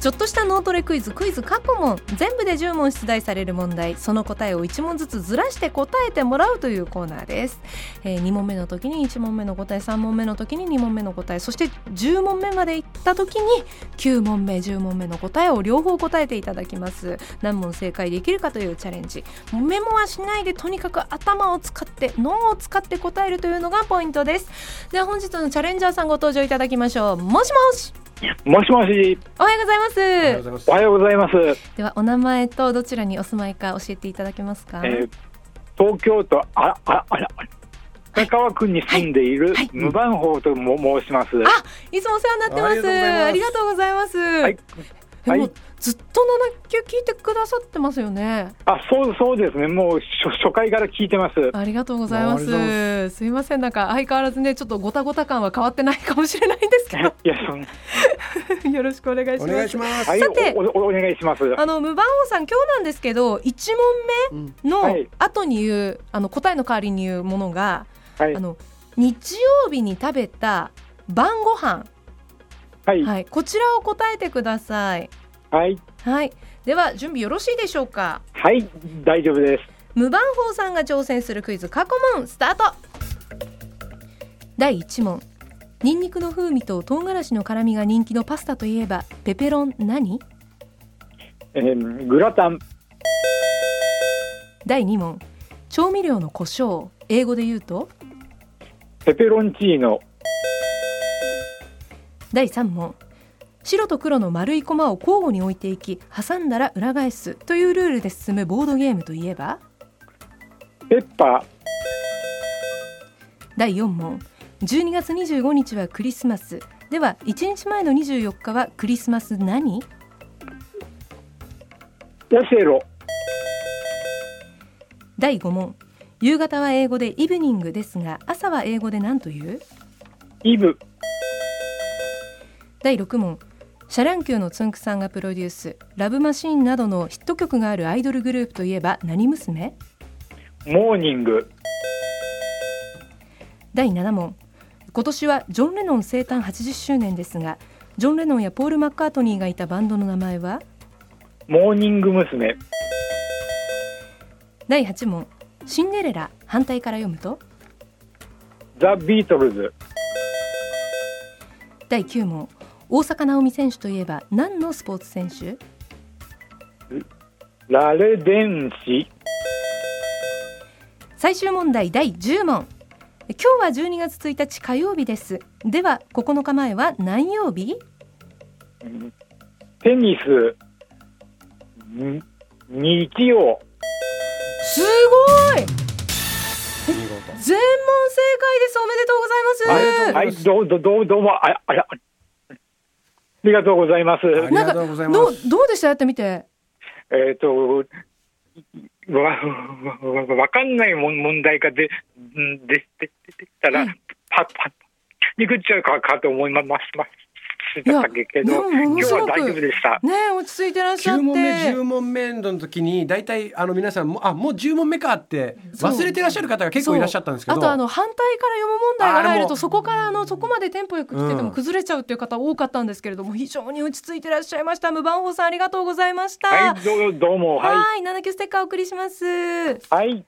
ちょっとした脳トレクイズクイズ過去問全部で10問出題される問題その答えを1問ずつずらして答えてもらうというコーナーです、えー、2問目の時に1問目の答え3問目の時に2問目の答えそして10問目までいった時に9問目10問目の答えを両方答えていただきます何問正解できるかというチャレンジメモはしないでとにかく頭を使って脳を使って答えるというのがポイントですでは本日のチャレンジャーさんご登場いただきましょうもしもしもしもし、おはようございますおはようございますおはようございます。ではお名前とどちらにお住まいか教えていただけますか、えー東京都あああら荒川区に住んでいるはい無番法とも申します。あいつもお世話になってますあありりががとうございます、はいえはいもうずっと7級聞いてくださってますよねあ、そうそうですね。もう初初回から聞いてます。ありがとうございまあすりがとうござすいませんなんか相変わらずねちょっとごたごた感は変わってないかもしれないんですけ いや、そのどよろしくお願いしおます願いします。はいさて、おおお願いします。あの無番王さん今日なんですけど一問うん目はのい後に言う、あの答えの代わりに言うものがはいあ、の日曜日に食べた晩ご飯はい、はい、こちらを答えてください。はい、はい、では準備よろしいでしょうか。はい、大丈夫です。無番法さんが挑戦するクイズ過去問スタート。第1問。ニンニクの風味と唐辛子の辛みが人気のパスタといえばペペロン何？えーグラタン、第2問。調味料の胡椒英語で言うとペペロンチーノ、第3問。白と黒の丸いコマを交互に置いていき挟んだら裏返すというルールで進むボードゲームといえばペッパ第4問12月25日はクリスマスでは1日前の24日はクリスマス何ー、オセロ、第5問夕方は英語でイブニングですが朝は英語で何というイブ、第6問シャランキューのつんくさんがプロデュースラブマシーンなどのヒット曲があるアイドルグループといえば何娘モーニング、第7問今年はジョン・レノン生誕80周年ですがジョン・レノンやポール・マッカートニーがいたバンドの名前はモーニング娘。第8問シンデレラ反対から読むとザ・ビートルズ、第9問大坂なおみ選手といえば何のスポーツ選手ラレデンシ、最終問題第10問今日は12月1日火曜日ですでは9日前は何曜日テニス、ん日曜、すごい見全問正解ですおめでとうございますはありがとうございますい、どうどうどうどうもああらありがとうございます。事ありがとうございます。どうどうでしたやってみてえっ、とわわわわかんないもん問題がでんでででできたら、はいパッパッにくっちゃうかかと思いまましいやましたけど、でもも今の日すごはく大丈夫でした。ねえ落ち着いてらっしゃっ10て問目10問目の時に大体あの皆さんもうあもう10問目かってそう忘れてらっしゃる方が結構いらっしゃったんですけどあとあの反対から読む問題が入るあれともそこからあのそこまでテンポよく来ててもうん崩れちゃうっていう方多かったんですけれども非常に落ち着いてらっしゃいました無番法さんありがとうございました、はい、どうどうも、はい、はい、ナナキュステッカーお送りします。はい、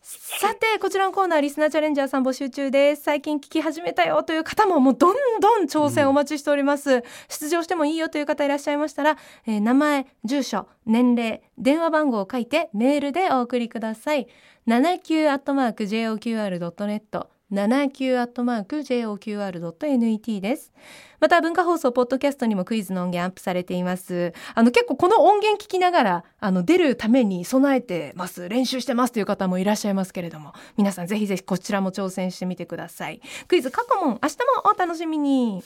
さて、こちらのコーナー、リスナーチャレンジャーさん募集中です。最近聞き始めたよという方も、もうどんどん挑戦お待ちしております。出場してもいいよという方いらっしゃいましたら、えー名前、住所、年齢、電話番号を書いて、メールでお送りください。79-joqr.net 79-joqr.net です。また文化放送ポッドキャストにもクイズの音源アップされています。あの結構この音源聞きながらあの出るために備えてます、練習してますという方もいらっしゃいますけれども、皆さんぜひぜひこちらも挑戦してみてください。クイズ過去問明日もお楽しみに。